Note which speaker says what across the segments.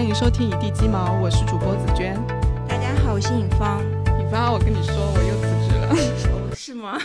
Speaker 1: 迎收听一地鸡毛，我是主播紫娟。
Speaker 2: 大家好，我是尹芳。
Speaker 1: 尹芳，我跟你说，我又辞职了。
Speaker 2: 哦，是吗？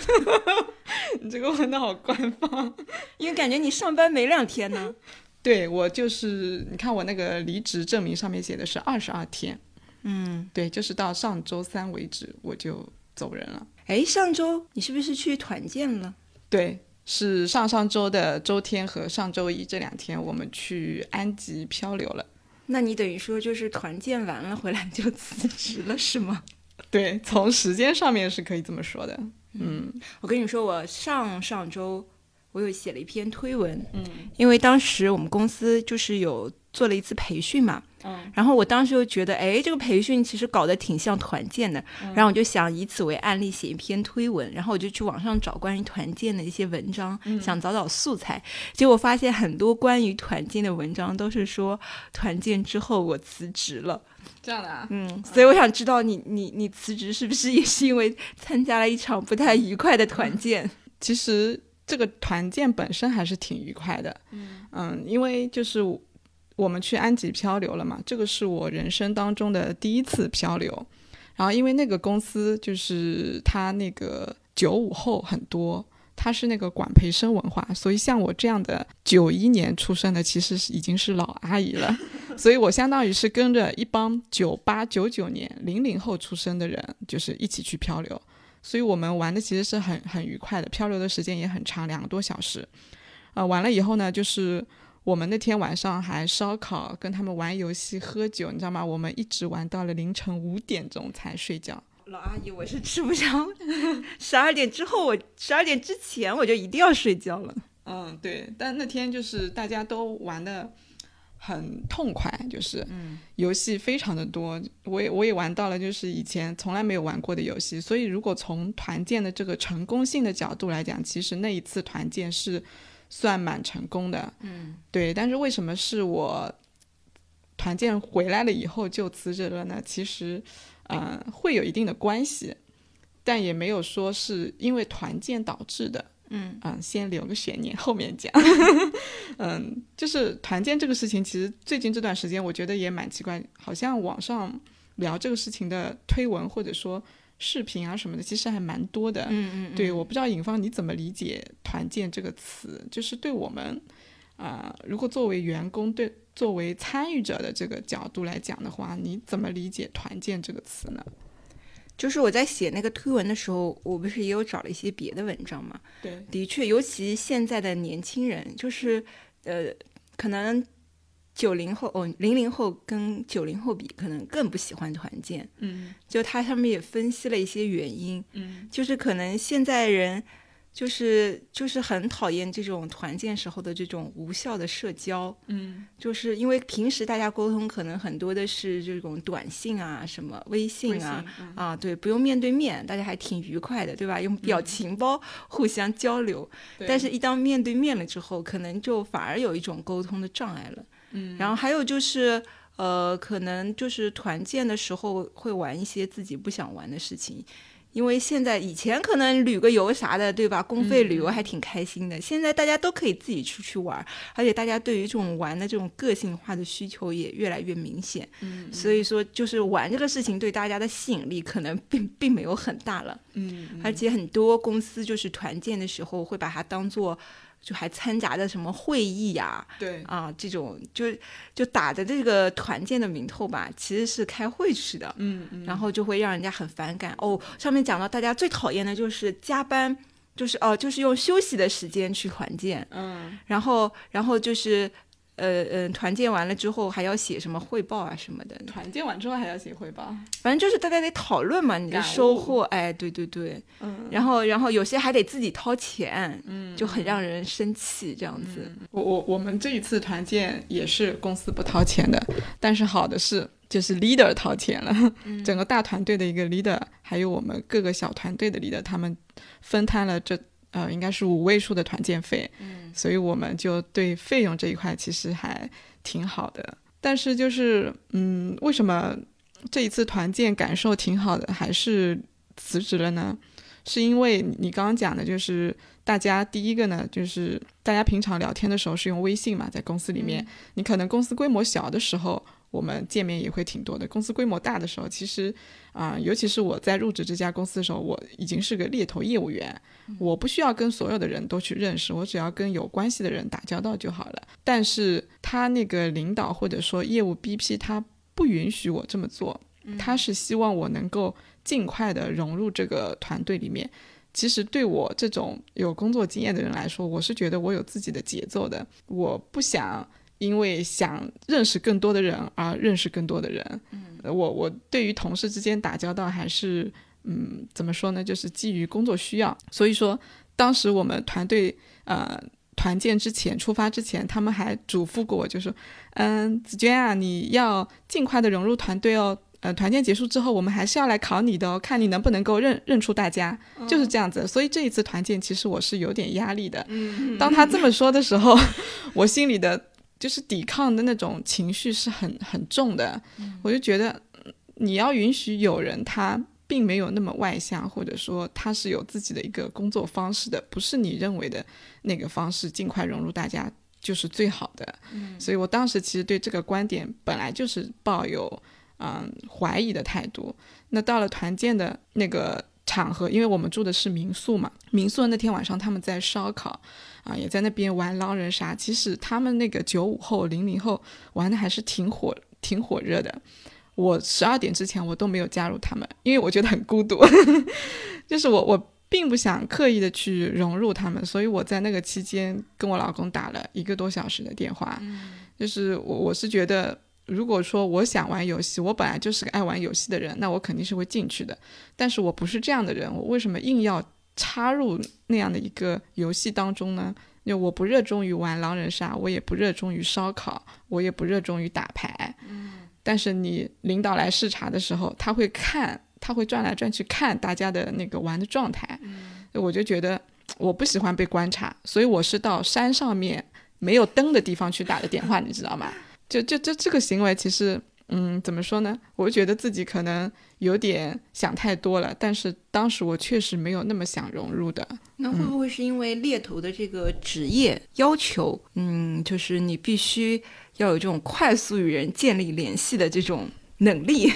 Speaker 1: 你这个问的好官方。
Speaker 2: 因为感觉你上班没两天 呢。
Speaker 1: 对我就是，你看我那个离职证明上面写的是二十二天，
Speaker 2: 嗯，
Speaker 1: 对，就是到上周三为止我就走人了。
Speaker 2: 哎，上周你是不是去团建了？
Speaker 1: 对，是上上周的周天和上周一这两天，我们去安吉漂流了。
Speaker 2: 那你等于说就是团建完了回来就辞职了是吗？
Speaker 1: 对，从时间上面是可以这么说的。嗯
Speaker 2: 我跟你说，我上上周我有写了一篇推文，嗯，因为当时我们公司就是有做了一次培训嘛，
Speaker 1: 嗯，
Speaker 2: 然后我当时就觉得，哎，这个培训其实搞得挺像团建的，然后我就想以此为案例写一篇推文，然后我就去网上找关于团建的一些文章，想找找素材，结果发现很多关于团建的文章都是说团建之后我辞职了，
Speaker 1: 这样的啊。
Speaker 2: 嗯，所以我想知道你你你辞职是不是也是因为参加了一场不太愉快的团建？
Speaker 1: 其实这个团建本身还是挺愉快的，嗯因为就是我我们去安吉漂流了嘛，这个是我人生当中的第一次漂流。然后因为那个公司就是他那个九五后很多，他是那个管培生文化，所以像我这样的九一年出生的，其实是已经是老阿姨了。所以我相当于是跟着一帮九八、九九年、零零后出生的人，就是一起去漂流。所以我们玩的其实是很很愉快的，漂流的时间也很长，两个多小时。呃，完了以后呢，就是我们那天晚上还烧烤，跟他们玩游戏、喝酒，你知道吗？我们一直玩到了凌晨五点钟才睡觉。
Speaker 2: 老阿姨，我是吃不消，十二点之后我十二点之前我就一定要睡觉了。
Speaker 1: 嗯，对，但那天就是大家都玩的很痛快，就是游戏非常的多，我也我也玩到了就是以前从来没有玩过的游戏，所以如果从团建的这个成功性的角度来讲，其实那一次团建是算蛮成功的，嗯，对。但是为什么是我团建回来了以后就辞职了呢？其实，嗯、会有一定的关系，但也没有说是因为团建导致的。
Speaker 2: 嗯
Speaker 1: 嗯，先留个悬念，后面讲。 嗯，就是团建这个事情，其实最近这段时间，我觉得也蛮奇怪，好像网上聊这个事情的推文或者说视频啊什么的，其实还蛮多的。
Speaker 2: 嗯嗯，
Speaker 1: 对，我不知道尹芳你怎么理解“团建”这个词，就是对我们啊、呃如果作为员工对作为参与者的这个角度来讲的话，你怎么理解“团建”这个词呢？
Speaker 2: 就是我在写那个推文的时候，我不是也有找了一些别的文章嘛？
Speaker 1: 对，
Speaker 2: 的确，尤其现在的年轻人，就是呃，可能九零后哦，零零后跟九零后比，可能更不喜欢团建。
Speaker 1: 嗯
Speaker 2: 就它上面也分析了一些原因，
Speaker 1: 嗯
Speaker 2: 就是可能现在人就是就是很讨厌这种团建时候的这种无效的社交，
Speaker 1: 嗯，
Speaker 2: 就是因为平时大家沟通可能很多的是这种短信啊、什么微信啊。
Speaker 1: 微信，嗯
Speaker 2: 啊，对，不用面对面，大家还挺愉快的，对吧？用表情包互相交流，
Speaker 1: 对
Speaker 2: 但是一当面对面了之后，可能就反而有一种沟通的障碍了。
Speaker 1: 嗯，
Speaker 2: 然后还有就是，呃，可能就是团建的时候会玩一些自己不想玩的事情，因为现在以前可能旅个游啥的，对吧？公费旅游
Speaker 1: 嗯
Speaker 2: 还挺开心的，现在大家都可以自己出去玩，而且大家对于这种玩的这种个性化的需求也越来越明显，
Speaker 1: 嗯
Speaker 2: 所以说就是玩这个事情对大家的吸引力可能并并没有很大了。
Speaker 1: 嗯嗯
Speaker 2: 而且很多公司就是团建的时候会把它当做，就还掺杂着什么会议呀、
Speaker 1: 对
Speaker 2: 啊，这种就就打着这个团建的名头吧，其实是开会去的，
Speaker 1: 嗯嗯，
Speaker 2: 然后就会让人家很反感。哦，上面讲到大家最讨厌的就是加班，就是哦、就是用休息的时间去团建，
Speaker 1: 嗯
Speaker 2: 然后然后就是。呃呃，团建完了之后还要写什么汇报啊什么的，，
Speaker 1: 团建完之后还要写汇报。
Speaker 2: 反正就是大家得讨论嘛，你的
Speaker 1: 感
Speaker 2: 收
Speaker 1: 悟
Speaker 2: 获，哎，对对对，
Speaker 1: 嗯，
Speaker 2: 然后然后有些还得自己掏钱，嗯，就很让人生气这样子。
Speaker 1: 我我我们这一次团建也是公司不掏钱的，但是好的是就是 leader 掏钱了，整个大团队的一个 leader，还有我们各个小团队的 leader，他们分摊了这呃应该是五位数的团建费，
Speaker 2: 嗯，
Speaker 1: 所以我们就对费用这一块其实还挺好的。但是就是嗯，为什么这一次团建感受挺好的，还是辞职了呢？是因为你刚刚讲的，就是大家第一个呢，就是大家平常聊天的时候是用微信嘛，在公司里面，你可能公司规模小的时候，我们见面也会挺多的。公司规模大的时候，其实啊、呃尤其是我在入职这家公司的时候，我已经是个猎头业务员，我不需要跟所有的人都去认识，我只要跟有关系的人打交道就好了。但是他那个领导或者说业务 BP 他不允许我这么做，他是希望我能够尽快的融入这个团队里面。其实对我这种有工作经验的人来说，我是觉得我有自己的节奏的，我不想因为想认识更多的人而认识更多的人。嗯，我我对于同事之间打交道还是嗯怎么说呢，就是基于工作需要。所以说，当时我们团队呃团建之前出发之前，他们还嘱咐过我，就说嗯子娟啊，你要尽快的融入团队哦。呃，团建结束之后，我们还是要来考你的哦，看你能不能够认认出大家，就是这样子。所以这一次团建，其实我是有点压力的。
Speaker 2: 嗯，
Speaker 1: 当他这么说的时候， 我心里的就是抵抗的那种情绪是很很重的。我就觉得嗯你要允许有人他并没有那么外向，或者说他是有自己的一个工作方式的，不是你认为的那个方式，尽快融入大家就是最好的。
Speaker 2: 嗯
Speaker 1: 所以我当时其实对这个观点本来就是抱有嗯怀疑的态度。那到了团建的那个场合，因为我们住的是民宿嘛，民宿的那天晚上他们在烧烤啊、也在那边玩狼人杀。其实他们那个九五后、零零后玩的还是挺火、挺火热的。我十二点之前我都没有加入他们，因为我觉得很孤独， 就是我我并不想刻意的去融入他们，所以我在那个期间跟我老公打了一个多小时的电话，就是我我是觉得，如果说我想玩游戏，我本来就是个爱玩游戏的人，那我肯定是会进去的。但是我不是这样的人，我为什么硬要插入那样的一个游戏当中呢？因为我不热衷于玩狼人杀，我也不热衷于烧烤，我也不热衷于打牌。但是你领导来视察的时候，他会看，他会转来转去看大家的那个玩的状态。我就觉得我不喜欢被观察，所以我是到山上面没有灯的地方去打的电话，你知道吗？就就这这个行为，其实嗯，怎么说呢？我觉得自己可能有点想太多了，但是当时我确实没有那么想融入的。
Speaker 2: 那会不会是因为猎头的这个职业要求，嗯，就是你必须要有这种快速与人建立联系的这种能力？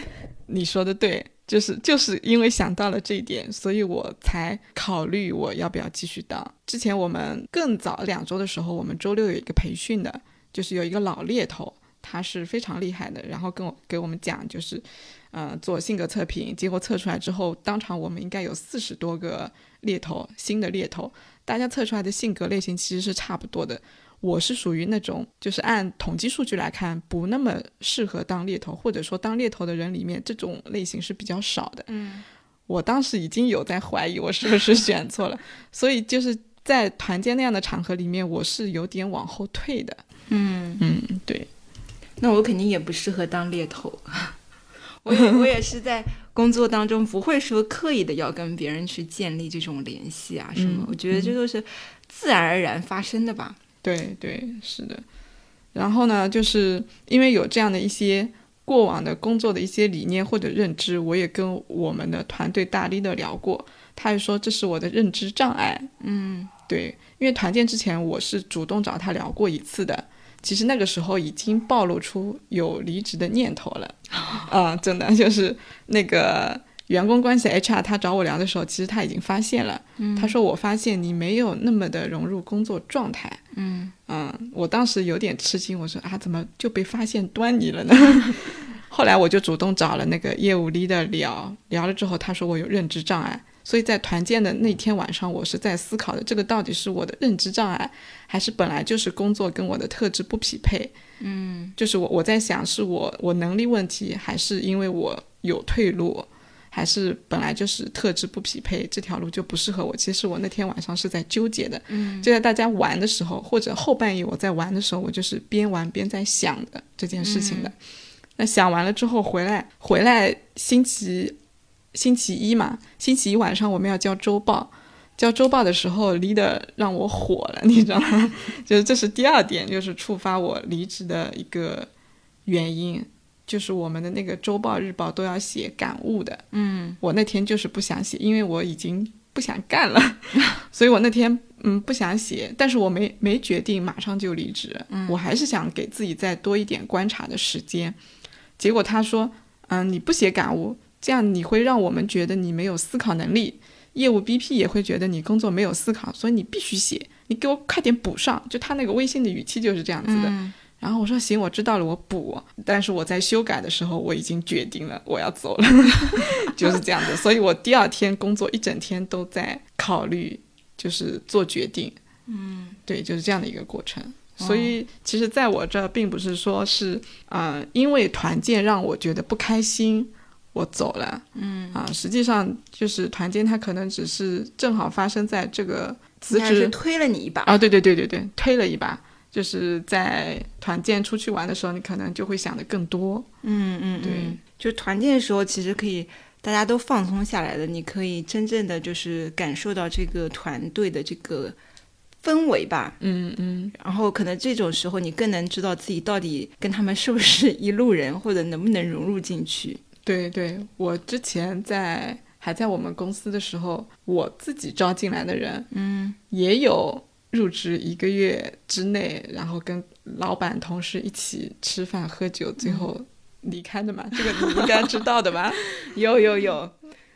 Speaker 1: 你说的对，就是就是因为想到了这一点，所以我才考虑我要不要继续当。之前我们更早两周的时候，我们周六有一个培训的，就是有一个老猎头，他是非常厉害的，然后跟我给我们讲就是，呃，做性格测评，结果测出来之后，当场我们应该有四十多个猎头，新的猎头，大家测出来的性格类型其实是差不多的。我是属于那种，就是按统计数据来看，不那么适合当猎头，或者说当猎头的人里面，这种类型是比较少的。
Speaker 2: 嗯，
Speaker 1: 我当时已经有在怀疑我是不是选错 了，所以就是在团建那样的场合里面，我是有点往后退的。
Speaker 2: 嗯，
Speaker 1: 嗯，对，
Speaker 2: 那我肯定也不适合当猎头。我也我也是在工作当中不会说刻意的要跟别人去建立这种联系啊什么，
Speaker 1: 嗯
Speaker 2: 我觉得这都是自然而然发生的吧。
Speaker 1: 对对，是的。然后呢，就是因为有这样的一些过往的工作的一些理念或者认知，我也跟我们的团队大 leader 聊过，他也说这是我的认知障碍。
Speaker 2: 嗯
Speaker 1: 对，因为团建之前我是主动找他聊过一次的，其实那个时候已经暴露出有离职的念头了，啊、真的就是那个员工关系 HR 他找我聊的时候，其实他已经发现了，他说我发现你没有那么的融入工作状态，
Speaker 2: 嗯，
Speaker 1: 嗯，我当时有点吃惊，我说啊，怎么就被发现端倪了呢？后来我就主动找了那个业务 leader 聊，聊了之后，他说我有认知障碍，所以在团建的那天晚上，我是在思考的，这个到底是我的认知障碍，还是本来就是工作跟我的特质不匹配？嗯，就是我我在想，是我我能力问题，还是因为我有退路，还是本来就是特质不匹配，这条路就不适合我？其实我那天晚上是在纠结的，就在大家玩的时候，或者后半夜我在玩的时候，我就是边玩边在想的这件事情的。那想完了之后回来，回来星期星期一嘛，星期一晚上我们要交周报。交周报的时候，leader 让我火了，你知道吗？ 就是这是第二点，就是触发我离职的一个原因，就是我们的那个周报、日报都要写感悟的。
Speaker 2: 嗯，
Speaker 1: 我那天就是不想写，因为我已经不想干了， 所以我那天嗯不想写，但是我没没决定马上就离职，我还是想给自己再多一点观察的时间。结果他说，嗯，你不写感悟，这样你会让我们觉得你没有思考能力，业务 BP 也会觉得你工作没有思考，所以你必须写，你给我快点补上。就他那个微信的语气就是这样子的。
Speaker 2: 嗯
Speaker 1: 然后我说行，我知道了，我补。但是我在修改的时候，我已经决定了我要走了，就是这样子。所以我第二天工作一整天都在考虑，就是做决定。嗯，对，就是这样的一个过程。所以其实在我这并不是说是，嗯、因为团建让我觉得不开心，我走了。嗯，啊、实际上就是团建它可能只是正好发生在这个辞
Speaker 2: 应该是
Speaker 1: 职
Speaker 2: 推了你一把。
Speaker 1: 啊，对对对对对，推了一把。就是在团建出去玩的时候，你可能就会想的更多。
Speaker 2: 嗯嗯，
Speaker 1: 对
Speaker 2: 嗯，就团建的时候，其实可以大家都放松下来的，你可以真正的就是感受到这个团队的这个氛围吧。
Speaker 1: 嗯嗯，
Speaker 2: 然后可能这种时候，你更能知道自己到底跟他们是不是一路人，或者能不能融入进去。
Speaker 1: 对对，我之前在还在我们公司的时候，我自己招进来的人
Speaker 2: 嗯
Speaker 1: 也有入职一个月之内，然后跟老板、同事一起吃饭喝酒，最后离开的嘛。这个你应该知道的 吧？
Speaker 2: 有有有，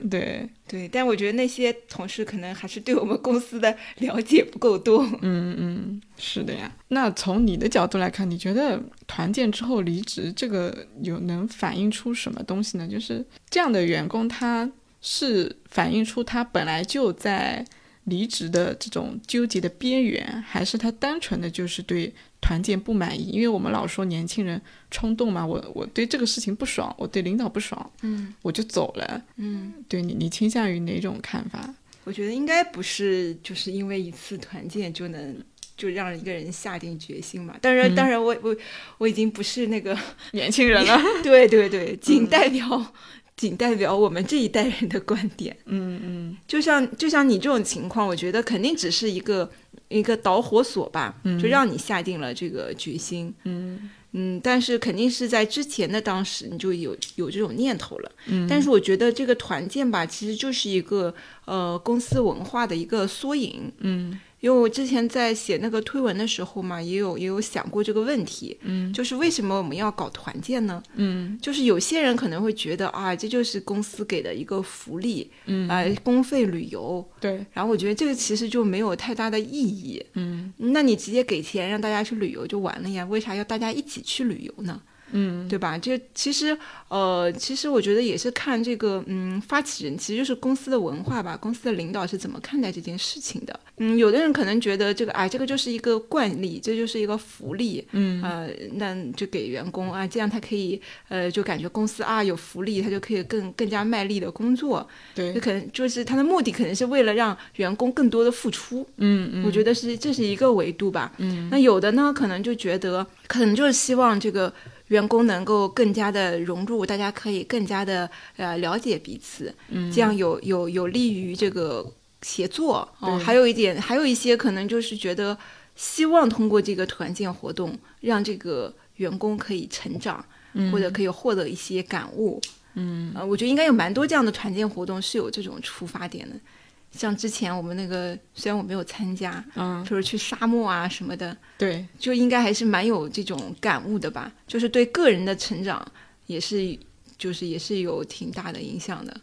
Speaker 1: 对，
Speaker 2: 对，但我觉得那些同事可能还是对我们公司的了解不够多。
Speaker 1: 嗯嗯，是的呀。那从你的角度来看，你觉得团建之后离职这个有能反映出什么东西呢？就是这样的员工，他是反映出他本来就在离职的这种纠结的边缘，还是他单纯的就是对团建不满意？因为我们老说年轻人冲动嘛，我我对这个事情不爽，我对领导不爽，
Speaker 2: 嗯
Speaker 1: 我就走了。
Speaker 2: 嗯，
Speaker 1: 对你，你倾向于哪种看法？
Speaker 2: 我觉得应该不是就是因为一次团建就能就让一个人下定决心吧。当然，当然我，我我已经不是那个，
Speaker 1: 年轻人啊了，
Speaker 2: 对对对，仅代表、 仅代表我们这一代人的观点。
Speaker 1: 嗯嗯
Speaker 2: 就像就像你这种情况，我觉得肯定只是一个一个导火索吧，就让你下定了这个决心。
Speaker 1: 嗯
Speaker 2: 嗯，但是肯定是在之前的当时你就有有这种念头了。
Speaker 1: 嗯，
Speaker 2: 但是我觉得这个团建吧，其实就是一个呃公司文化的一个缩影。
Speaker 1: 嗯
Speaker 2: 因为我之前在写那个推文的时候嘛，也有也有想过这个问题，
Speaker 1: 嗯
Speaker 2: 就是为什么我们要搞团建呢？
Speaker 1: 嗯。
Speaker 2: 就是有些人可能会觉得啊，这就是公司给的一个福利，
Speaker 1: 嗯
Speaker 2: 啊、公费旅游。
Speaker 1: 对，
Speaker 2: 然后我觉得这个其实就没有太大的意义。
Speaker 1: 嗯
Speaker 2: 那你直接给钱让大家去旅游就完了呀，为啥要大家一起去旅游呢？
Speaker 1: 嗯
Speaker 2: 对吧？这其实，呃，其实我觉得也是看这个，嗯，发起人其实就是公司的文化吧，公司的领导是怎么看待这件事情的。嗯，有的人可能觉得这个，哎，这个就是一个惯例，这就是一个福利，
Speaker 1: 嗯
Speaker 2: 呃，那就给员工啊，这样他可以，呃，就感觉公司啊有福利，他就可以更更加卖力的工作。
Speaker 1: 对
Speaker 2: 这，可能就是他的目的，可能是为了让员工更多的付出。
Speaker 1: 嗯嗯，
Speaker 2: 我觉得是这是一个维度吧。
Speaker 1: 嗯，
Speaker 2: 那有的呢，可能就觉得，可能就是希望这个员工能够更加的融入，大家可以更加的呃了解彼此，嗯，这样有有有利于这个协作
Speaker 1: 对
Speaker 2: 哦。还有一点，还有一些可能就是觉得，希望通过这个团建活动，让这个员工可以成长，
Speaker 1: 嗯
Speaker 2: 或者可以获得一些感悟。嗯，呃，我觉得应该有蛮多这样的团建活动是有这种出发点的。像之前我们那个，虽然我没有参加，
Speaker 1: 嗯
Speaker 2: 就是去沙漠啊什么的，
Speaker 1: 对，
Speaker 2: 就应该还是蛮有这种感悟的吧。就是对个人的成长也是，就是也是有挺大的影响的。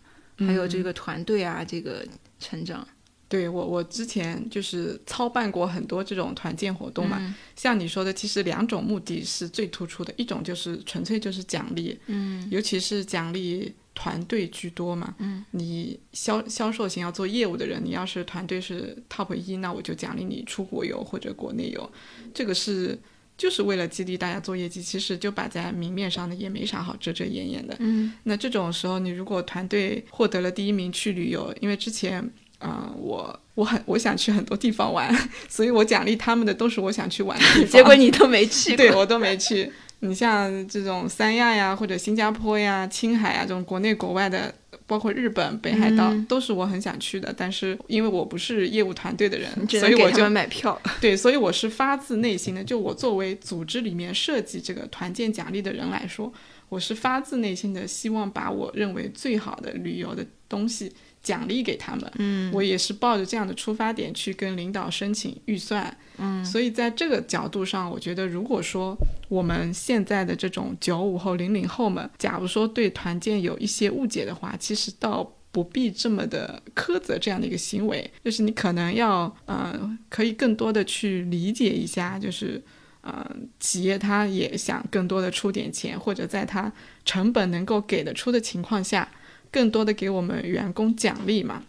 Speaker 2: 还有这个团队啊，这个成长，
Speaker 1: 对我我之前就是操办过很多这种团建活动嘛，
Speaker 2: 嗯
Speaker 1: 像你说的，其实两种目的是最突出的，一种就是纯粹就是奖励，
Speaker 2: 嗯
Speaker 1: 尤其是奖励团队居多嘛。嗯，你销销售型要做业务的人，你要是团队是 top 一，那我就奖励你出国游或者国内游，这个是就是为了激励大家做业绩，其实就摆在明面上的，也没啥好遮遮掩掩的。
Speaker 2: 嗯
Speaker 1: 那这种时候，你如果团队获得了第一名去旅游，因为之前，啊、我我很我想去很多地方玩， 所以我奖励他们的都是我想去玩的地方。
Speaker 2: 结果你都没去
Speaker 1: 嗯对
Speaker 2: 过，
Speaker 1: 我都没去。你像这种三亚呀，或者新加坡呀、青海呀这种国内国外的，包括日本、北海道，
Speaker 2: 嗯
Speaker 1: 都是我很想去的。但是因为我不是业务团队的人
Speaker 2: 你，只
Speaker 1: 所
Speaker 2: 能
Speaker 1: 以
Speaker 2: 给
Speaker 1: 我
Speaker 2: 他
Speaker 1: 就
Speaker 2: 们买票。
Speaker 1: 对，所以我是发自内心的，就我作为组织里面设计这个团建奖励的人来说，我是发自内心的希望把我认为最好的旅游的东西奖励给他们。嗯，我也是抱着这样的出发点去跟领导申请预算。嗯，所以在这个角度上，我觉得如果说我们现在的这种九五后、零零后们，假如说对团建有一些误解的话，其实倒。不必这么的苛责这样的一个行为，就是你可能要，呃，可以更多的去理解一下，就是，呃，企业它也想更多的出点钱，或者在它成本能够给得出的情况下，更多的给我们员工奖励嘛。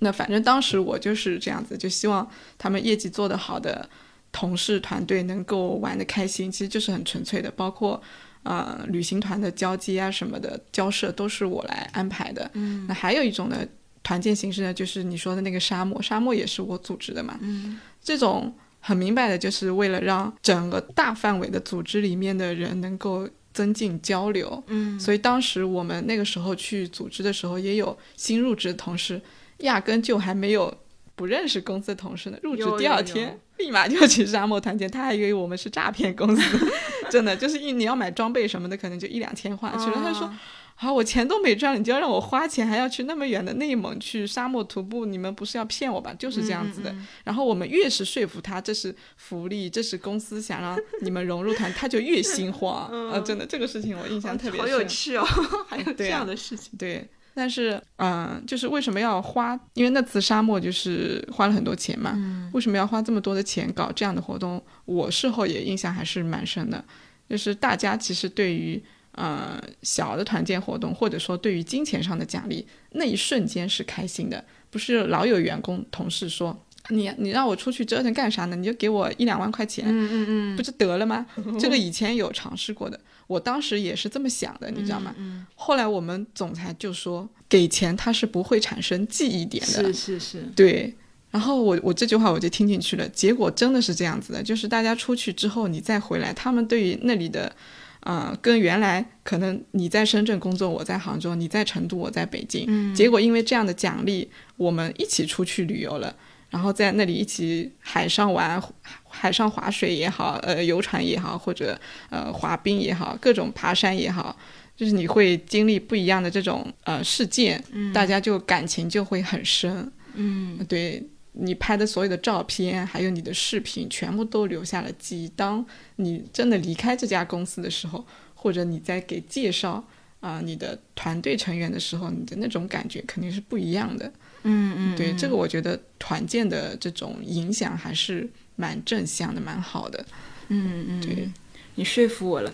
Speaker 1: 那反正当时我就是这样子，就希望他们业绩做得好的同事团队能够玩得开心，其实就是很纯粹的，包括。呃，旅行团的交接啊什么的交涉都是我来安排的。嗯，那还有一种呢，团建形式呢，就是你说的那个沙漠，沙漠也是我组织的嘛。嗯，这种很明白的，就是为了让整个大范围的组织里面的人能够增进交流。嗯，所以当时我们那个时候去组织的时候，也有新入职的同事，压根就还没有不认识公司的同事呢，入职
Speaker 2: 有
Speaker 1: 第二
Speaker 2: 有
Speaker 1: 天。
Speaker 2: 有
Speaker 1: 立马就去沙漠团建，他还以为我们是诈骗公司， 真的就是一你要买装备什么的，可能就一两千花去了。他就说
Speaker 2: 啊，
Speaker 1: 啊，我钱都没赚，你就要让我花钱，还要去那么远的内蒙去沙漠徒步，你们不是要骗我吧？就是这样子
Speaker 2: 嗯
Speaker 1: 的。然后我们越是说服他，这是福利，这是公司想让你们融入团，他就越心 慌。啊，真的这个事情我印象特别
Speaker 2: 好
Speaker 1: 深。
Speaker 2: 有趣嗯 哦，还有这
Speaker 1: 对啊
Speaker 2: 样的事情。
Speaker 1: 对，但是嗯、呃就是为什么要花？因为那次沙漠就是花了很多钱嘛，为什么要花这么多的钱搞这样的活动？我事后也印象还是蛮深的，就是大家其实对于呃小的团建活动，或者说对于金钱上的奖励，那一瞬间是开心的，不是老有员工同事说。你你让我出去折腾干啥呢？你就给我一两万块钱，嗯嗯嗯，不就得了吗？这个以前有尝试过的，我当时也是这么想的，你知道吗？后来我们总裁就说，给钱它是不会产生记忆点的，
Speaker 2: 是是是，
Speaker 1: 对。然后我我这句话我就听进去了，结果真的是这样子的，就是大家出去之后你再回来，他们对于那里的，呃，跟原来可能你在深圳工作，我在杭州，你在成都，我在北京，结果因为这样的奖励，我们一起出去旅游了。然后在那里一起海上玩，海上划水也好，呃，游船也好，或者呃滑冰也好，各种爬山也好，就是你会经历不一样的这种呃事件，大家就感情就会很深。嗯，对你拍的所有的照片，还有你的视频，全部都留下了记忆。当你真的离开这家公司的时候，或者你在给介绍啊、你的团队成员的时候，你的那种感觉肯定是不一样的。
Speaker 2: 嗯嗯，
Speaker 1: 对，这个我觉得团建的这种影响还是蛮正向的，蛮好的。
Speaker 2: 嗯嗯，
Speaker 1: 对，
Speaker 2: 你说服我了，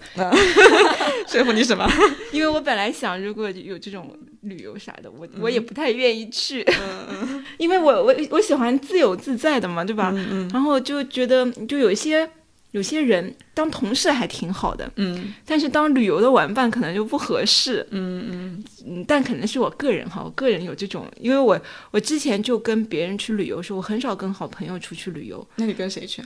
Speaker 1: 说服你什么？
Speaker 2: 因为我本来想如果有这种旅游啥的，
Speaker 1: 嗯
Speaker 2: 我我也不太愿意去，因为我我我喜欢自由自在的嘛，对吧？
Speaker 1: 嗯
Speaker 2: 然后就觉得就有一些有些人当同事还挺好的，
Speaker 1: 嗯
Speaker 2: 但是当旅游的玩伴可能就不合适。
Speaker 1: 嗯嗯
Speaker 2: 嗯，但可能是我个人哈，我个人有这种，因为我我之前就跟别人去旅游的时候，我很少跟好朋友出去旅游，
Speaker 1: 那你跟谁去？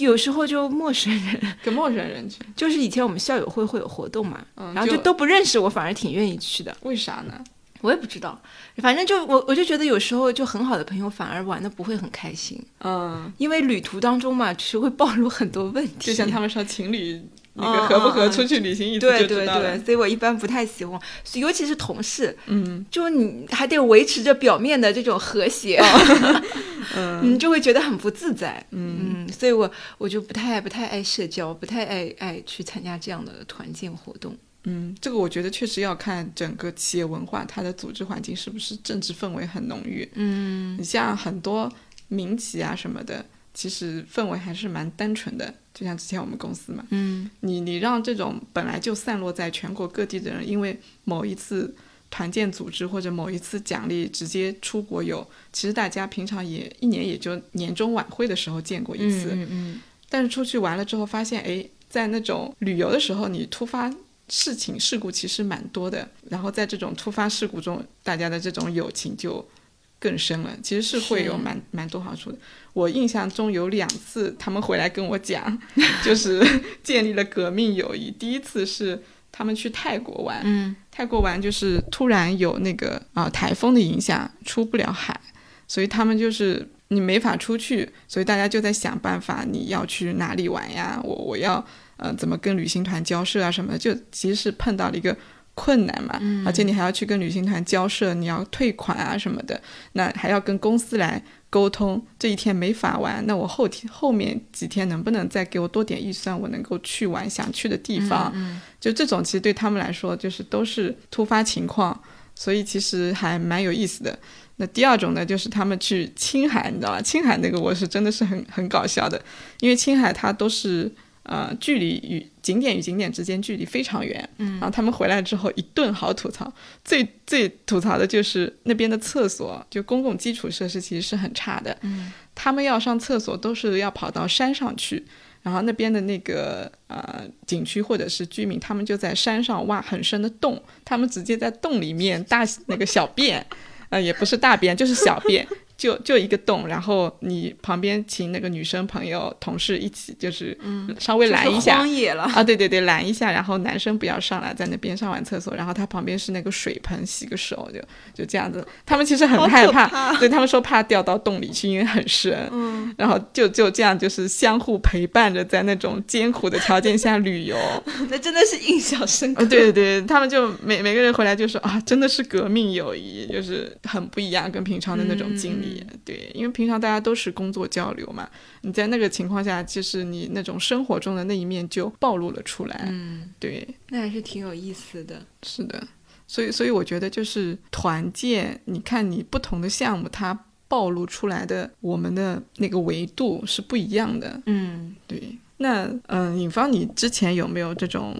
Speaker 2: 有时候就陌生人，
Speaker 1: 跟陌生人去？
Speaker 2: 就是以前我们校友会会有活动嘛，
Speaker 1: 嗯，
Speaker 2: 然后就都不认识，我反而挺愿意去的。
Speaker 1: 为啥呢？
Speaker 2: 我也不知道，反正就我我就觉得有时候就很好的朋友反而玩的不会很开心，
Speaker 1: 嗯，
Speaker 2: 因为旅途当中嘛，就是会暴露很多问题。
Speaker 1: 就像他们说情侣那
Speaker 2: 嗯
Speaker 1: 个合不合
Speaker 2: 嗯嗯
Speaker 1: 出去旅行一次
Speaker 2: 对
Speaker 1: 就
Speaker 2: 对
Speaker 1: 知道了。
Speaker 2: 对，所以我一般不太喜欢，尤其是同事，
Speaker 1: 嗯
Speaker 2: 就你还得维持着表面的这种和谐，
Speaker 1: 嗯
Speaker 2: 你就会觉得很不自在。嗯所以我我就不太不太爱社交，不太爱爱去参加这样的团建活动。
Speaker 1: 嗯，这个我觉得确实要看整个企业文化，它的组织环境是不是政治氛围很浓郁。
Speaker 2: 嗯，
Speaker 1: 你像很多民企啊什么的，其实氛围还是蛮单纯的，就像之前我们公司嘛。
Speaker 2: 嗯
Speaker 1: 你你让这种本来就散落在全国各地的人，因为某一次团建组织或者某一次奖励直接出国游，其实大家平常也一年也就年终晚会的时候见过一次，
Speaker 2: 嗯嗯
Speaker 1: 但是出去玩了之后发现，哎，在那种旅游的时候，你突发事情事故其实蛮多的，然后在这种突发事故中，大家的这种友情就更深了，其实是会有
Speaker 2: 是
Speaker 1: 蛮蛮多好处的。我印象中有两次，他们回来跟我讲，就是 建立了革命友谊。第一次是他们去泰国玩，
Speaker 2: 嗯
Speaker 1: 泰国玩就是突然有那个啊、呃台风的影响，出不了海，所以他们就是你没法出去，所以大家就在想办法，你要去哪里玩呀？我我要呃怎么跟旅行团交涉啊什么的，就其实是碰到了一个困难嘛，而且你还要去跟旅行团交涉，你要退款啊什么的，那还要跟公司来沟通，这一天没法玩，那我后天后面几天能不能再给我多点预算，我能够去玩想去的地方？就这种其实对他们来说就是都是突发情况，所以其实还蛮有意思的。那第二种呢，就是他们去青海，你知道吧？青海那个我是真的是很很搞笑的，因为青海它都是呃距离与景点与景点之间距离非常远，嗯，然后他们回来之后一顿好吐槽，最最吐槽的就是那边的厕所，就公共基础设施其实是很差的，嗯，他们要上厕所都是要跑到山上去。然后那边的那个呃景区或者是居民，他们就在山上挖很深的洞，他们直接在洞里面大那个小便，呃，也不是大便，就是小便，就就一个洞，然后你旁边请那个女生朋友、同事一起，就是稍微拦一
Speaker 2: 嗯就是
Speaker 1: 下。
Speaker 2: 荒野了，
Speaker 1: 啊，对对对，拦一下，然后男生不要上来，在那边上完厕所，然后他旁边是那个水盆，洗个手，就就这样子。他们其实很
Speaker 2: 好
Speaker 1: 害
Speaker 2: 可
Speaker 1: 怕，
Speaker 2: 怕
Speaker 1: 对他们说怕掉到洞里去，因为很深。嗯，然后就就这样，就是相互陪伴着，在那种艰苦的条件下旅 游。
Speaker 2: 那真的是印象深刻。
Speaker 1: 啊，对对，他们就每每个人回来就说啊，真的是革命友谊，就是很不一样，跟平常的那种经历。
Speaker 2: 嗯
Speaker 1: 对，因为平常大家都是工作交流嘛，你在那个情况下，其实你那种生活中的那一面就暴露了出来。
Speaker 2: 嗯，
Speaker 1: 对，
Speaker 2: 那还是挺有意思的。
Speaker 1: 是的，所以所以我觉得就是团建，你看你不同的项目，它暴露出来的我们的那个维度是不一样的。
Speaker 2: 嗯，
Speaker 1: 对，那嗯，尹芳，你之前有没有这种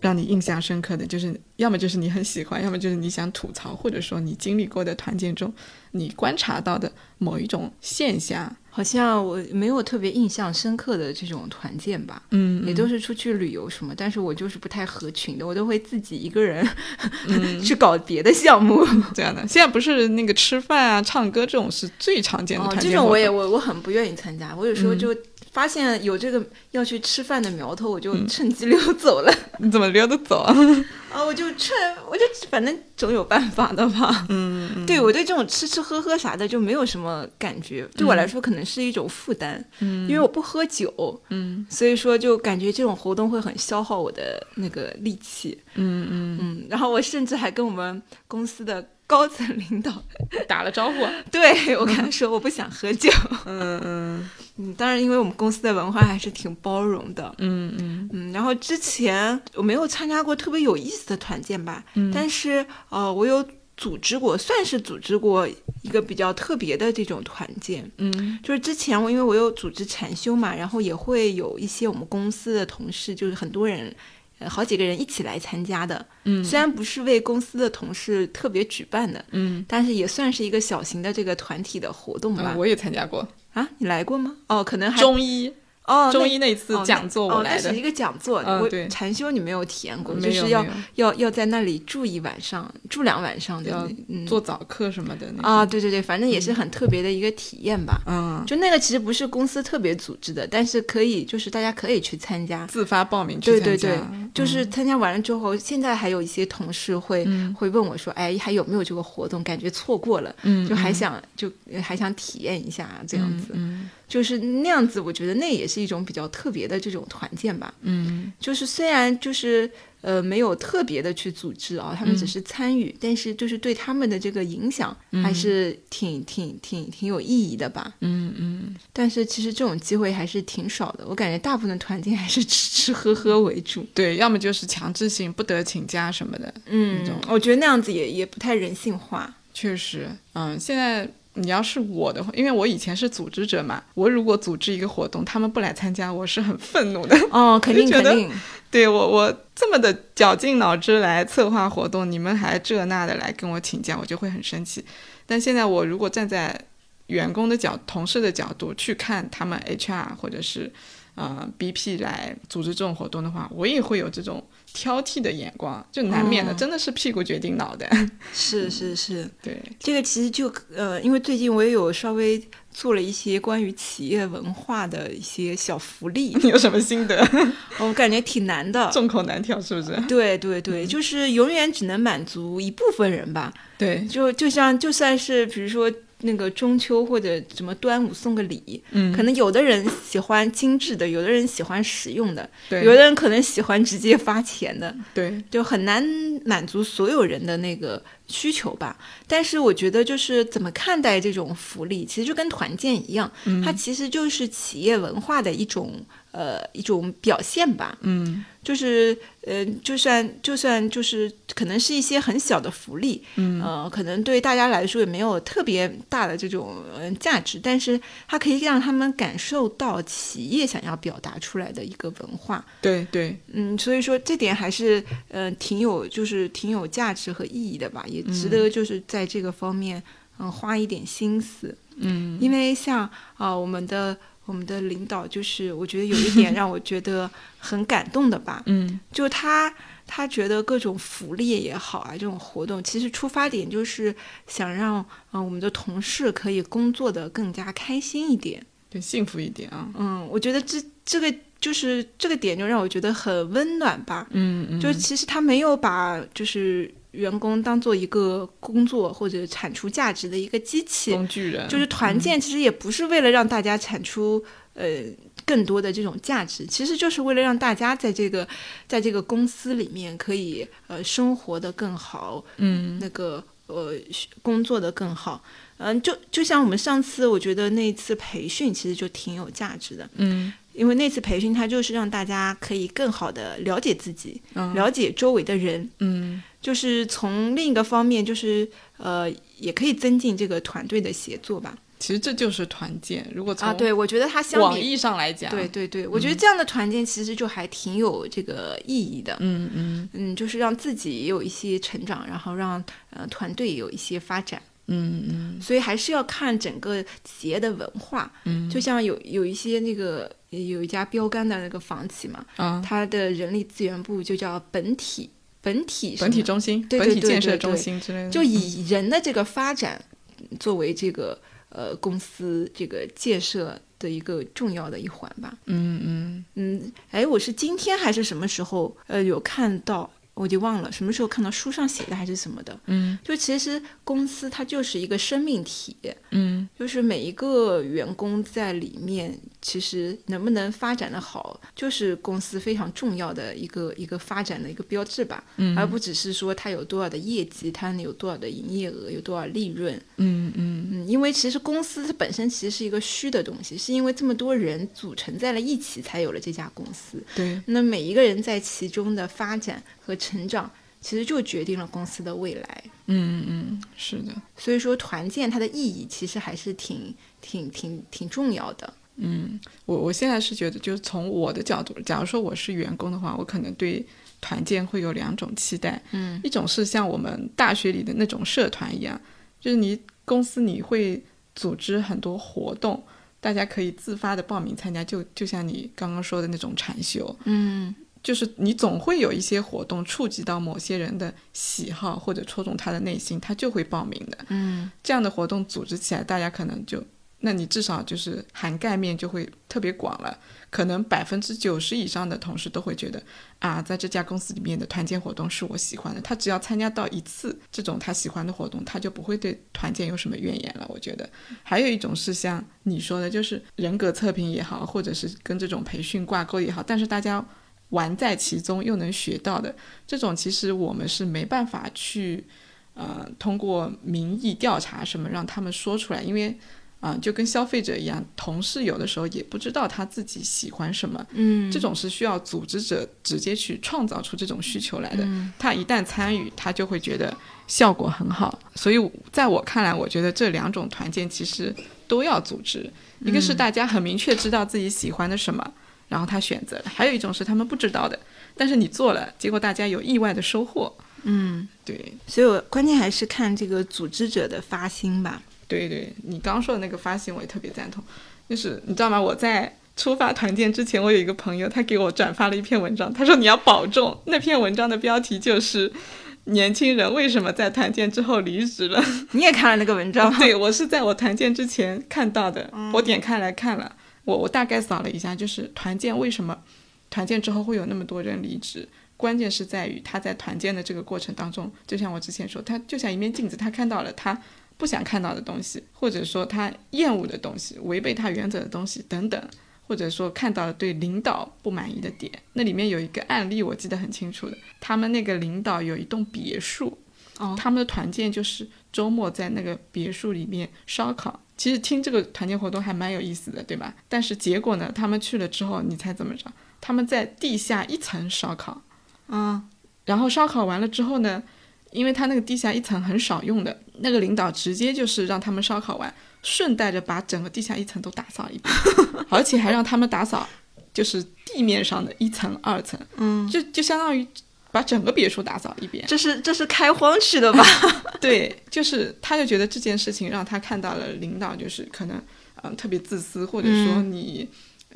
Speaker 1: 让你印象深刻的就是，要么就是你很喜欢，要么就是你想吐槽，或者说你经历过的团建中，你观察到的某一种现象？
Speaker 2: 好像我没有特别印象深刻的这种团建吧。
Speaker 1: 嗯
Speaker 2: 也都是出去旅游什么，但是我就是不太合群的，我都会自己一个人 去搞别的项 目。
Speaker 1: 这样的。现在不是那个吃饭啊、唱歌这种是最常见的
Speaker 2: 哦
Speaker 1: 团，
Speaker 2: 这
Speaker 1: 建活动、
Speaker 2: 种我也我我很不愿意参加，我有时候
Speaker 1: 嗯
Speaker 2: 就发现有这个要去吃饭的苗头，我就趁机溜走了。
Speaker 1: 你怎么溜得走啊？
Speaker 2: 啊，我就趁我就反正总有办法的吧。
Speaker 1: 嗯，
Speaker 2: 对我对这种吃吃喝喝啥的就没有什么感觉，对我来说可能是一种负担，因为我不喝酒，
Speaker 1: 嗯，
Speaker 2: 所以说就感觉这种活动会很消耗我的那个力气。
Speaker 1: 嗯嗯，
Speaker 2: 嗯，然后我甚至还跟我们公司的高层领导，
Speaker 1: 打了招呼。
Speaker 2: 啊对我跟他说我不想喝酒。
Speaker 1: 嗯嗯
Speaker 2: 嗯，当然，因为我们公司的文化还是挺包容的。
Speaker 1: 嗯嗯
Speaker 2: 嗯，然后之前我没有参加过特别有意思的团建吧，
Speaker 1: 嗯
Speaker 2: 但是呃，我有组织过，算是组织过一个比较特别的这种团建。
Speaker 1: 嗯
Speaker 2: 就是之前我因为我有组织禅修嘛，然后也会有一些我们公司的同事，就是很多人，呃，好几个人一起来参加的。
Speaker 1: 嗯
Speaker 2: 虽然不是为公司的同事特别举办的，
Speaker 1: 嗯
Speaker 2: 但是也算是一个小型的这个团体的活动吧
Speaker 1: 嗯，。我也参加过
Speaker 2: 啊，你来过吗？哦，可能还
Speaker 1: 中医，
Speaker 2: 哦，
Speaker 1: 中
Speaker 2: 那
Speaker 1: 医那次
Speaker 2: 哦
Speaker 1: 讲座我
Speaker 2: 哦，那
Speaker 1: 来的
Speaker 2: 是一。个讲座，
Speaker 1: 嗯
Speaker 2: 我
Speaker 1: 对
Speaker 2: 禅修你没有体验过，
Speaker 1: 没
Speaker 2: 就
Speaker 1: 有
Speaker 2: 是要
Speaker 1: 没有
Speaker 2: 要要在那里住一晚上，住两晚上的
Speaker 1: 要
Speaker 2: 那，嗯，
Speaker 1: 做早课什么的那
Speaker 2: 啊，对对对，反正也是很特别的一个体验吧。
Speaker 1: 嗯，
Speaker 2: 就那个其实不是公司特别组织的，但是可以就是大家可以去参加。
Speaker 1: 自发报名去
Speaker 2: 对
Speaker 1: 参
Speaker 2: 对
Speaker 1: 加，嗯
Speaker 2: 对，就是参加完了之后，现在还有一些同事会、会问我说：“哎，还有没有这个活动？感觉错过了，
Speaker 1: 嗯
Speaker 2: 就还想就还想体验一下这样子。
Speaker 1: 嗯
Speaker 2: 就是那样子，我觉得那也是一种比较特别的这种团建吧。
Speaker 1: 嗯
Speaker 2: 就是虽然就是呃没有特别的去组织啊，他们只是参与，但是就是对他们的这个影响还是挺、挺挺挺有意义的吧。
Speaker 1: 嗯嗯，
Speaker 2: 但是其实这种机会还是挺少的，我感觉大部分团建还是吃吃喝喝为主。
Speaker 1: 对，要么就是强制性不得请假什么的，
Speaker 2: 嗯，我觉得那样子也也不太人性化。
Speaker 1: 确实，嗯，现在你要是我的话，因为我以前是组织者嘛，我如果组织一个活动，他们不来参加，我是很愤怒的。
Speaker 2: 哦，肯 定
Speaker 1: 就觉
Speaker 2: 肯
Speaker 1: 得
Speaker 2: 定，
Speaker 1: 对我，我这么的绞尽脑汁来策划活动，你们还这那的来跟我请假，我就会很生气。但现在我如果站在员工的角、同事的角度去看他们 HR 或者是呃 BP 来组织这种活动的话，我也会有这种挑剔的眼光，就难免的，
Speaker 2: 哦
Speaker 1: 真的是屁股决定脑 袋。
Speaker 2: 是是是。
Speaker 1: 对，，
Speaker 2: 这个其实就呃，因为最近我也有稍微做了一些关于企业文化的一些小福利
Speaker 1: 你有什么心得？
Speaker 2: 我感觉挺难的。
Speaker 1: 众口难调是不是？
Speaker 2: 对对对，就是永远只能满足一部分人吧。
Speaker 1: 对，
Speaker 2: 就就像就算是比如说那个中秋或者什么端午送个礼，
Speaker 1: 嗯
Speaker 2: 可能有的人喜欢精致的，有的人喜欢实用的，
Speaker 1: 对
Speaker 2: 有的人可能喜欢直接发钱的，
Speaker 1: 对，
Speaker 2: 就很难满足所有人的那个需求吧。但是我觉得，就是怎么看待这种福利，其实就跟团建一样，
Speaker 1: 嗯
Speaker 2: 它其实就是企业文化的一种呃一种表现吧。
Speaker 1: 嗯
Speaker 2: 就是呃，就算就算就是可能是一些很小的福利，
Speaker 1: 嗯
Speaker 2: 呃，可能对大家来说也没有特别大的这种呃价值，但是它可以让他们感受到企业想要表达出来的一个文化。
Speaker 1: 对对，
Speaker 2: 嗯，所以说这点还是呃挺有，就是挺有价值和意义的吧，也值
Speaker 1: 嗯
Speaker 2: 得就是在这个方面嗯、呃花一点心思，
Speaker 1: 嗯
Speaker 2: 因为像啊、我们的我们的领导就是我觉得有一 点让我觉得很感动的吧，
Speaker 1: 嗯
Speaker 2: 就他他觉得各种福利也好啊，这种活动其实出发点就是想让嗯、呃我们的同事可以工作的更加开心一点，
Speaker 1: 对，幸福一点啊，
Speaker 2: 嗯，我觉得这这个就是这个点就让我觉得很温暖吧，
Speaker 1: 嗯嗯，
Speaker 2: 就其实他没有把就是员工当做一个工作或者产出价值的一个机器，
Speaker 1: 工具人，
Speaker 2: 就是团建其实也不是为了让大家产出呃更多的这种价值，其实就是为了让大家在这个在这个公司里面可以呃生活的更好，
Speaker 1: 嗯
Speaker 2: 那个呃学工作的更好。嗯，就就像我们上次，我觉得那次培训其实就挺有价值的，
Speaker 1: 嗯
Speaker 2: 因为那次培训它就是让大家可以更好的了解自己，
Speaker 1: 嗯
Speaker 2: 了解周围的人，
Speaker 1: 嗯
Speaker 2: 就是从另一个方面，就是呃，也可以增进这个团队的协作吧。
Speaker 1: 其实这就是团建。如果从
Speaker 2: 啊，对，我觉得它相
Speaker 1: 广
Speaker 2: 比，
Speaker 1: 义啊嗯上来讲，
Speaker 2: 对，对对，我觉得这样的团建其实就还挺有这个意义的。
Speaker 1: 嗯嗯
Speaker 2: 嗯，就是让自己也有一些成长，然后让呃团队也有一些发展。
Speaker 1: 嗯嗯
Speaker 2: 所以还是要看整个企业的文化。
Speaker 1: 嗯
Speaker 2: 就像有有一些那个有一家标杆的那个房企嘛，
Speaker 1: 啊，
Speaker 2: 它的人力资源部就叫本体本体什
Speaker 1: 本体
Speaker 2: 么
Speaker 1: 中心、
Speaker 2: 对
Speaker 1: 本
Speaker 2: 对
Speaker 1: 体
Speaker 2: 对
Speaker 1: 建
Speaker 2: 对
Speaker 1: 设中嗯
Speaker 2: 对
Speaker 1: 心之类的，
Speaker 2: 就以人的这个发展作为这个呃公司这个建设的一个重要的一环吧。
Speaker 1: 嗯嗯
Speaker 2: 嗯，哎，我是今天还是什么时候呃有看到，我就忘了什么时候看到书上写的还是什么的。
Speaker 1: 嗯
Speaker 2: 就其实公司它就是一个生命体，
Speaker 1: 嗯
Speaker 2: 就是每一个员工在里面，其实能不能发展的好，就是公司非常重要的一个一个发展的一个标志吧。
Speaker 1: 嗯，
Speaker 2: 而不只是说它有多少的业绩，它有多少的营业额，有多少利润。
Speaker 1: 嗯嗯
Speaker 2: 嗯，因为其实公司它本身其实是一个虚的东西，是因为这么多人组成在了一起，才有了这家公司。
Speaker 1: 对，
Speaker 2: 那每一个人在其中的发展和成长，其实就决定了公司的未来。
Speaker 1: 嗯嗯是的，
Speaker 2: 所以说，团建它的意义其实还是挺挺挺挺重要的。
Speaker 1: 我我现在是觉得，就是从我的角度，假如说我是员工的话，我可能对团建会有两种期待，
Speaker 2: 嗯，
Speaker 1: 一种是像我们大学里的那种社团一样，就是你公司你会组织很多活动，大家可以自发的报名参加，就就像你刚刚说的那种禅修，
Speaker 2: 嗯
Speaker 1: 就是你总会有一些活动触及到某些人的喜好或者戳中他的内心，他就会报名的。
Speaker 2: 嗯
Speaker 1: 这样的活动组织起来，大家可能就，那你至少就是涵盖面就会特别广了。可能百分之九十以上的同事都会觉得，啊，在这家公司里面的团建活动是我喜欢的。他只要参加到一次这种他喜欢的活动，他就不会对团建有什么怨言了。我觉得，还有一种是像你说的，就是人格测评也好，或者是跟这种培训挂钩也好，但是大家。玩在其中又能学到的这种，其实我们是没办法去呃，通过民意调查什么让他们说出来，因为，啊、就跟消费者一样，同事有的时候也不知道他自己喜欢什么，
Speaker 2: 嗯
Speaker 1: 这种是需要组织者直接去创造出这种需求来的。
Speaker 2: 嗯
Speaker 1: 他一旦参与，他就会觉得效果很好。所以在我看来，我觉得这两种团建其实都要组织，一个是
Speaker 2: 嗯
Speaker 1: 大家很明确知道自己喜欢的什么，然后他选择了；还有一种是他们不知道的，但是你做了，结果大家有意外的收获。
Speaker 2: 嗯，
Speaker 1: 对，
Speaker 2: 所以我关键还是看这个组织者的发心吧。
Speaker 1: 对对，你刚说的那个发型我也特别赞同，就是你知道吗？我在出发团建之前，我有一个朋友，他给我转发了一篇文章，他说你要保重。那篇文章的标题就是“年轻人为什么在团建之后离职了”。，
Speaker 2: 你也看了那个文章
Speaker 1: 对我是在我团建之前看到的，我点开来看了，我我大概扫了一下，就是团建为什么团建之后会有那么多人离职，关键是在于他在团建的这个过程当中，就像我之前说，他就像一面镜子，他看到了他不想看到的东西，或者说他厌恶的东西、违背他原则的东西等等，或者说看到了对领导不满意的点。那里面有一个案例我记得很清楚的，他们那个领导有一栋别墅，
Speaker 2: 哦，
Speaker 1: 他们的团建就是周末在那个别墅里面烧烤。其实听这个团建活动还蛮有意思的，对吧？但是结果呢，他们去了之后，你猜怎么着？他们在地下一层烧烤，
Speaker 2: 嗯，
Speaker 1: 然后烧烤完了之后呢，因为他那个地下一层很少用的，那个领导直接就是让他们烧烤完，顺带着把整个地下一层都打扫一遍， 而且还让他们打扫就是地面上的一层、二层，
Speaker 2: 嗯，
Speaker 1: 就就相当于把整个别墅打扫一遍。
Speaker 2: 这是这是开荒去的吧？
Speaker 1: 对，就是他就觉得这件事情让他看到了领导就是可能嗯、呃特别自私，或者说
Speaker 2: 嗯
Speaker 1: 你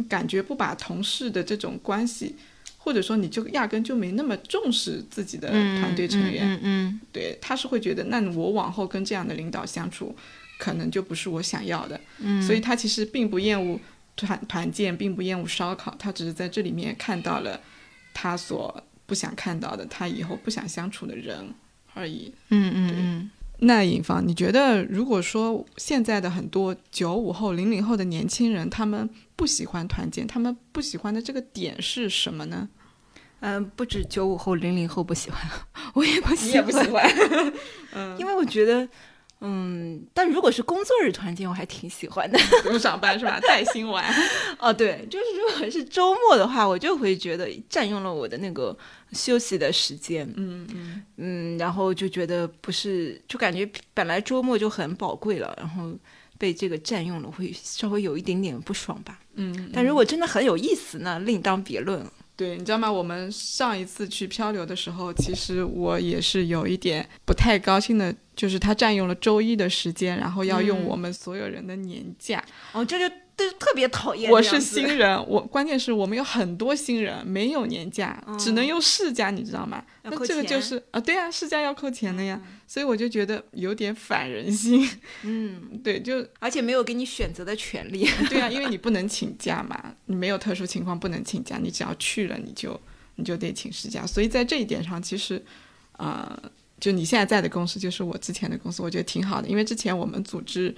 Speaker 1: 感觉不把同事的这种关系，或者说你就压根就没那么重视自己的 团队成员。
Speaker 2: 嗯嗯
Speaker 1: 对，他是会觉得，那我往后跟这样的领导相处，可能就不是我想要的。
Speaker 2: 嗯
Speaker 1: 所以他其实并不厌恶团团建，并不厌恶烧烤，他只是在这里面看到了他所不想看到的，他以后不想相处的人而已。
Speaker 2: 嗯嗯嗯
Speaker 1: 那尹芳，你觉得如果说现在的很多九五后、零零后的年轻人，他们不喜欢团建，他们不喜欢的这个点是什么呢？
Speaker 2: 嗯，不止九五后、零零后不喜欢， 我也不喜
Speaker 1: 也
Speaker 2: 欢，
Speaker 1: 不喜欢，
Speaker 2: 因为我觉得，嗯，但如果是工作日团建，我还挺喜欢的。
Speaker 1: 不用上班是吧？带薪玩，
Speaker 2: 哦，对，就是如果是周末的话，我就会觉得占用了我的那个休息的时间，
Speaker 1: 嗯嗯
Speaker 2: 嗯，然后就觉得不是，就感觉本来周末就很宝贵了，然后被这个占用了，会稍微有一点点不爽吧。
Speaker 1: 嗯。
Speaker 2: 但如果真的很有意思呢，另当别论。
Speaker 1: 对，你知道吗？我们上一次去漂流的时候，其实我也是有一点不太高兴的，就是他占用了周一的时间，然后要用
Speaker 2: 嗯
Speaker 1: 我们所有人的年假。
Speaker 2: 哦，这就这就特别讨厌。
Speaker 1: 我是新，人，我关键是我们有很多新人没有年假，
Speaker 2: 嗯
Speaker 1: 只能用事假，你知道吗？
Speaker 2: 要
Speaker 1: 那
Speaker 2: 扣
Speaker 1: 这个就
Speaker 2: 钱
Speaker 1: 是啊，对啊，事假要扣钱的呀，所以我就觉得有点反人心。
Speaker 2: 嗯，
Speaker 1: 对，就
Speaker 2: 而且没有给你选择的权利。
Speaker 1: 对啊，因为你不能请假嘛，你没有特殊情况不能请假，你只要去了你就你就得请事假。所以在这一点上，其实，呃，就你现在在的公司就是我之前的公司，我觉得挺好的，因为之前我们组织。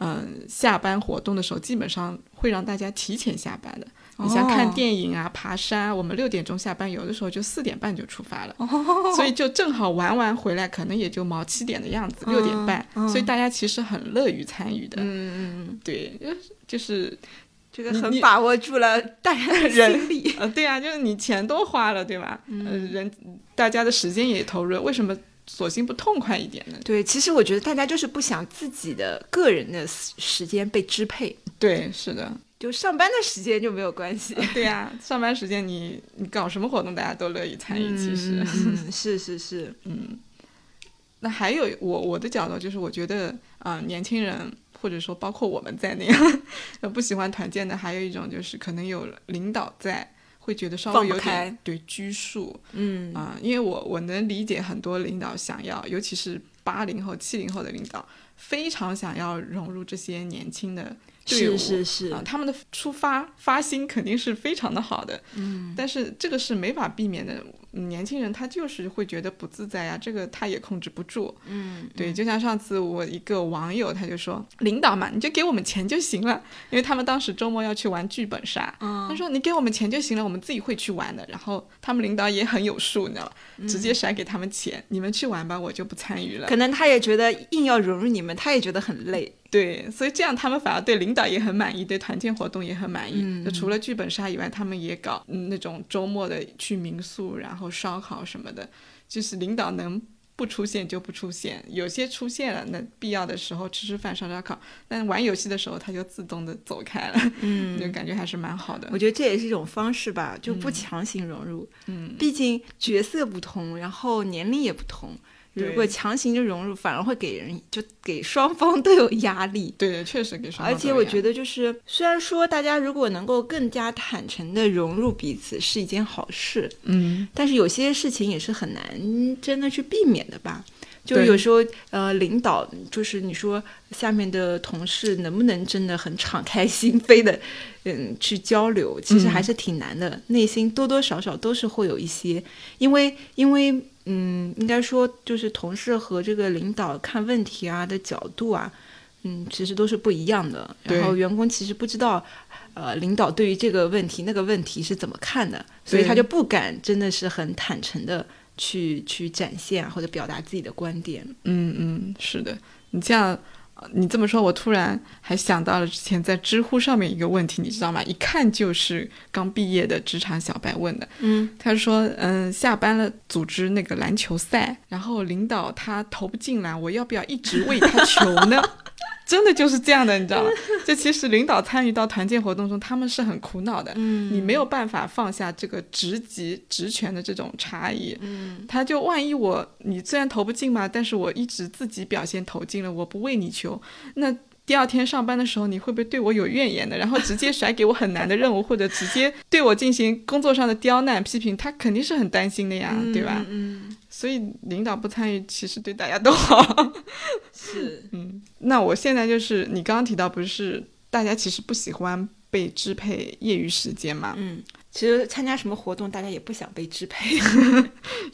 Speaker 1: 嗯，下班活动的时候，基本上会让大家提前下班的。你像
Speaker 2: 哦
Speaker 1: 看电影啊、爬山啊，我们六点钟下班，有的时候就四点半就出发了，
Speaker 2: 哦
Speaker 1: 所以就正好玩完回来，可能也就毛七点的样子，六点半。
Speaker 2: 嗯嗯
Speaker 1: 所以大家其实很乐于参与的。
Speaker 2: 嗯，嗯嗯，
Speaker 1: 对，就是就是
Speaker 2: 这个
Speaker 1: 你
Speaker 2: 很
Speaker 1: 你
Speaker 2: 把握住了大家的
Speaker 1: 人
Speaker 2: 心理。
Speaker 1: 呃，对啊，就是你钱都花了，对吧？嗯、人大家的时间也投入了，为什么索性不痛快一点 呢？
Speaker 2: 对，其实我觉得大家就是不想自己的个人的时时间被支配，
Speaker 1: 对，是的，
Speaker 2: 就上班的时间就没有关系。
Speaker 1: 呃对呀、上班时间你你搞什么活动，大家都乐意 参与，其实。 嗯
Speaker 2: 嗯、 是是是，
Speaker 1: 那还有我我的角度就是，我觉得啊、呃年轻人或者说包括我们在内， 呃不喜欢团建的，还有一种就是可能有领导在，会觉得稍
Speaker 2: 放
Speaker 1: 微
Speaker 2: 不
Speaker 1: 有点
Speaker 2: 开
Speaker 1: 对拘束
Speaker 2: 嗯
Speaker 1: 啊、因为我我能理解很多领导想要，尤其是八零后、七零后的领导，非常想要融入这些年轻的队伍。
Speaker 2: 是是是，
Speaker 1: 啊，他们的出发发心肯定是非常的好的，
Speaker 2: 嗯，
Speaker 1: 但是这个是没法避免的。嗯年轻人他就是会觉得不自在呀、这个他也控制不住。
Speaker 2: 嗯，
Speaker 1: 对，就像上次我一个网友他就说，领导嘛，你就给我们钱就行了，因为他们当时周末要去玩剧本杀，
Speaker 2: 嗯
Speaker 1: 他说你给我们钱就行了，我们自己会去玩的。然后他们领导也很有数，你知道吧？
Speaker 2: 嗯
Speaker 1: 直接甩给他们钱，你们去玩吧，我就不参与了
Speaker 2: 可。能他也觉得硬要融入你们，他也觉得很累。
Speaker 1: 对，所以这样他们反而对领导也很满意，对团建活动也很满意。
Speaker 2: 嗯
Speaker 1: 就除了剧本杀以外，他们也搞、嗯、那种周末的去民宿，然后烧烤什么的，就是领导能不出现就不出现，有些出现了，那必要的时候吃吃饭、烧烧烤，但玩游戏的时候他就自动的走开了，
Speaker 2: 嗯，
Speaker 1: 就感觉还是蛮好的
Speaker 2: 我。觉得这也是一种方式吧，就不强行融入，
Speaker 1: 嗯，
Speaker 2: 毕竟角色不同，然后年龄也不同。如
Speaker 1: 对
Speaker 2: 果强行就融入，反而会给人就给双方都有压力。
Speaker 1: 啊对，确实给双
Speaker 2: 而且我觉
Speaker 1: 得，
Speaker 2: 得，就是虽然说大家如果能够更加坦诚的融入彼此是一件好事，
Speaker 1: 嗯，
Speaker 2: 但是有些事情也是很难真的去避免的吧。就
Speaker 1: 对
Speaker 2: 有时候，呃，领导就是你说下面的同事能不能真的很敞开心扉的，嗯，去交
Speaker 1: 嗯
Speaker 2: 流，其实还是挺难的。内心多多少少都是会有一些，因为因为嗯，应该说就是同事和这个领导看问题啊的角度啊，嗯，其实都是不一样的。
Speaker 1: 对
Speaker 2: 然后员工其实不知道，呃，领导对于这个问题那个问题是怎么看的，所以
Speaker 1: 对
Speaker 2: 他就不敢真的是很坦诚的去去展现啊或者表达自己的观点。
Speaker 1: 嗯嗯，是的，你这样，呃你这么说，我突然还想到了之前在知乎上面一个问题，你知道吗？一看就是刚毕业的职场小白问的。
Speaker 2: 嗯，
Speaker 1: 他说，嗯，下班了组织那个篮球赛，然后领导他投不进篮，我要不要一直为他球呢？ 真的就是这样的，你知道吗？就其实领导参与到团建活动中，他们是很苦恼的。嗯，你没有办法放下这个职级职权的这种差异。嗯，他就万一我你虽然投不进嘛，但是我一直自己表现投进了，我不为你球，那。第二天上班的时候，你会不会对我有怨言的？然后直接甩给我很难的任务，或者直接对我进行工作上的刁难批评，他肯定是很担心的呀，对吧？
Speaker 2: 嗯，
Speaker 1: 所以领导不参与，其实对大家都好。
Speaker 2: 是，
Speaker 1: 那我现在就是你刚刚提到，不是大家其实不喜欢被支配业余时间嘛？
Speaker 2: 嗯，其实参加什么活动，大家也不想被支配。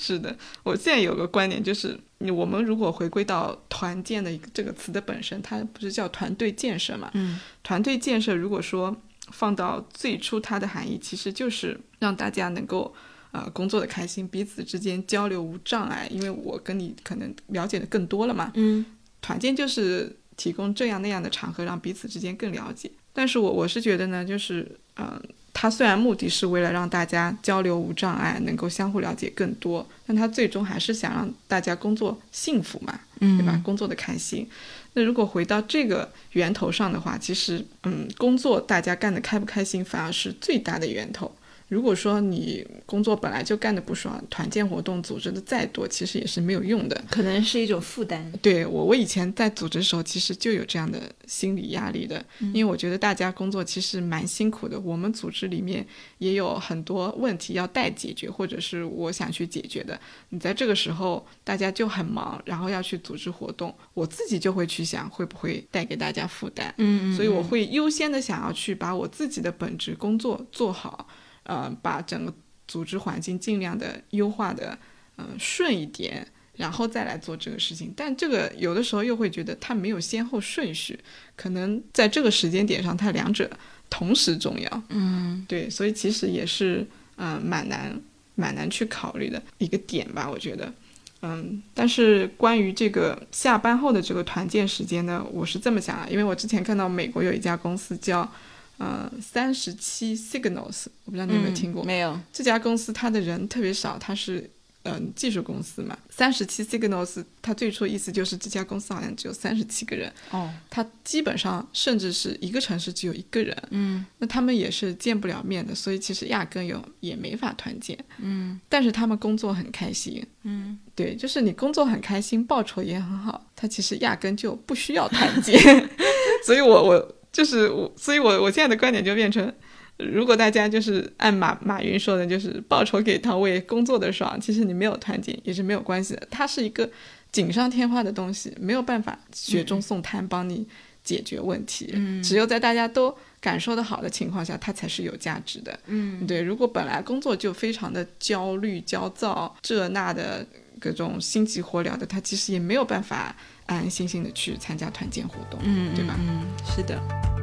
Speaker 1: 是的，我现在有个观点就是，你我们如果回归到团建的一个这个词的本身，它不是叫团队建设嘛？
Speaker 2: 嗯，
Speaker 1: 团队建设如果说放到最初它的含义，其实就是让大家能够。呃，工作的开心，彼此之间交流无障碍，因为我跟你可能了解的更多了嘛，
Speaker 2: 嗯
Speaker 1: 团建就是提供这样那样的场合，让彼此之间更了解。但是我我是觉得呢，就是嗯、呃它虽然目的是为了让大家交流无障碍，能够相互了解更多，但它最终还是想让大家工作幸福嘛，
Speaker 2: 嗯
Speaker 1: 对吧？工作的开心。那如果回到这个源头上的话，其实嗯，工作大家干的开不开心，反而是最大的源头。如果说你工作本来就干的不爽，团建活动组织的再多，其实也是没有用的。
Speaker 2: 可能是一种负担。
Speaker 1: 对我，我以前在组织的时候，其实就有这样的心理压力的，因为我觉得大家工作其实蛮辛苦的，我们组织里面也有很多问题要待解决，或者是我想去解决的。你在这个时候，大家就很忙，然后要去组织活动，我自己就会去想会不会带给大家负担，
Speaker 2: 嗯
Speaker 1: 所以我会优先的想要去把我自己的本职工作做好，呃，把整个组织环境尽量的优化的，嗯、顺一点，然后再来做这个事情。但这个有的时候又会觉得它没有先后顺序，可能在这个时间点上，它两者同时重要。
Speaker 2: 嗯
Speaker 1: 对，所以其实也是嗯、呃蛮难蛮难去考虑的一个点吧，我觉得。嗯，但是关于这个下班后的这个团建时间呢，我是这么想啊，因为我之前看到美国有一家公司叫呃三十七 Signals，我不知道你有没有听过，
Speaker 2: 嗯没有。
Speaker 1: 这家公司它的人特别少，它是嗯、呃技术公司嘛。三十七 Signals，它最初意思就是这家公司好像只有三十七个人，
Speaker 2: 哦，
Speaker 1: 它基本上甚至是一个城市只有一个人，
Speaker 2: 嗯
Speaker 1: 那他们也是见不了面的，所以其实压根有也没法团建，
Speaker 2: 嗯
Speaker 1: 但是他们工作很开心。
Speaker 2: 嗯，
Speaker 1: 对，就是你工作很开心，报酬也很好，他其实压根就不需要团建。 所以我我就是我，所以我我现在的观点就变成，如果大家就是按马马云说的，就是报酬给到位，工作的爽，其实你没有团建也是没有关系的，它是一个锦上添花的东西，没有办法雪中送炭帮你解决问题。
Speaker 2: 嗯
Speaker 1: 只有在大家都感受的好的情况下，它才是有价值的。
Speaker 2: 嗯
Speaker 1: 对，如果本来工作就非常的焦虑、焦躁，这那的各种心急火燎的，他其实也没有办法安安心心的去参加团建活动，
Speaker 2: 嗯
Speaker 1: 对吧？
Speaker 2: 嗯，是的。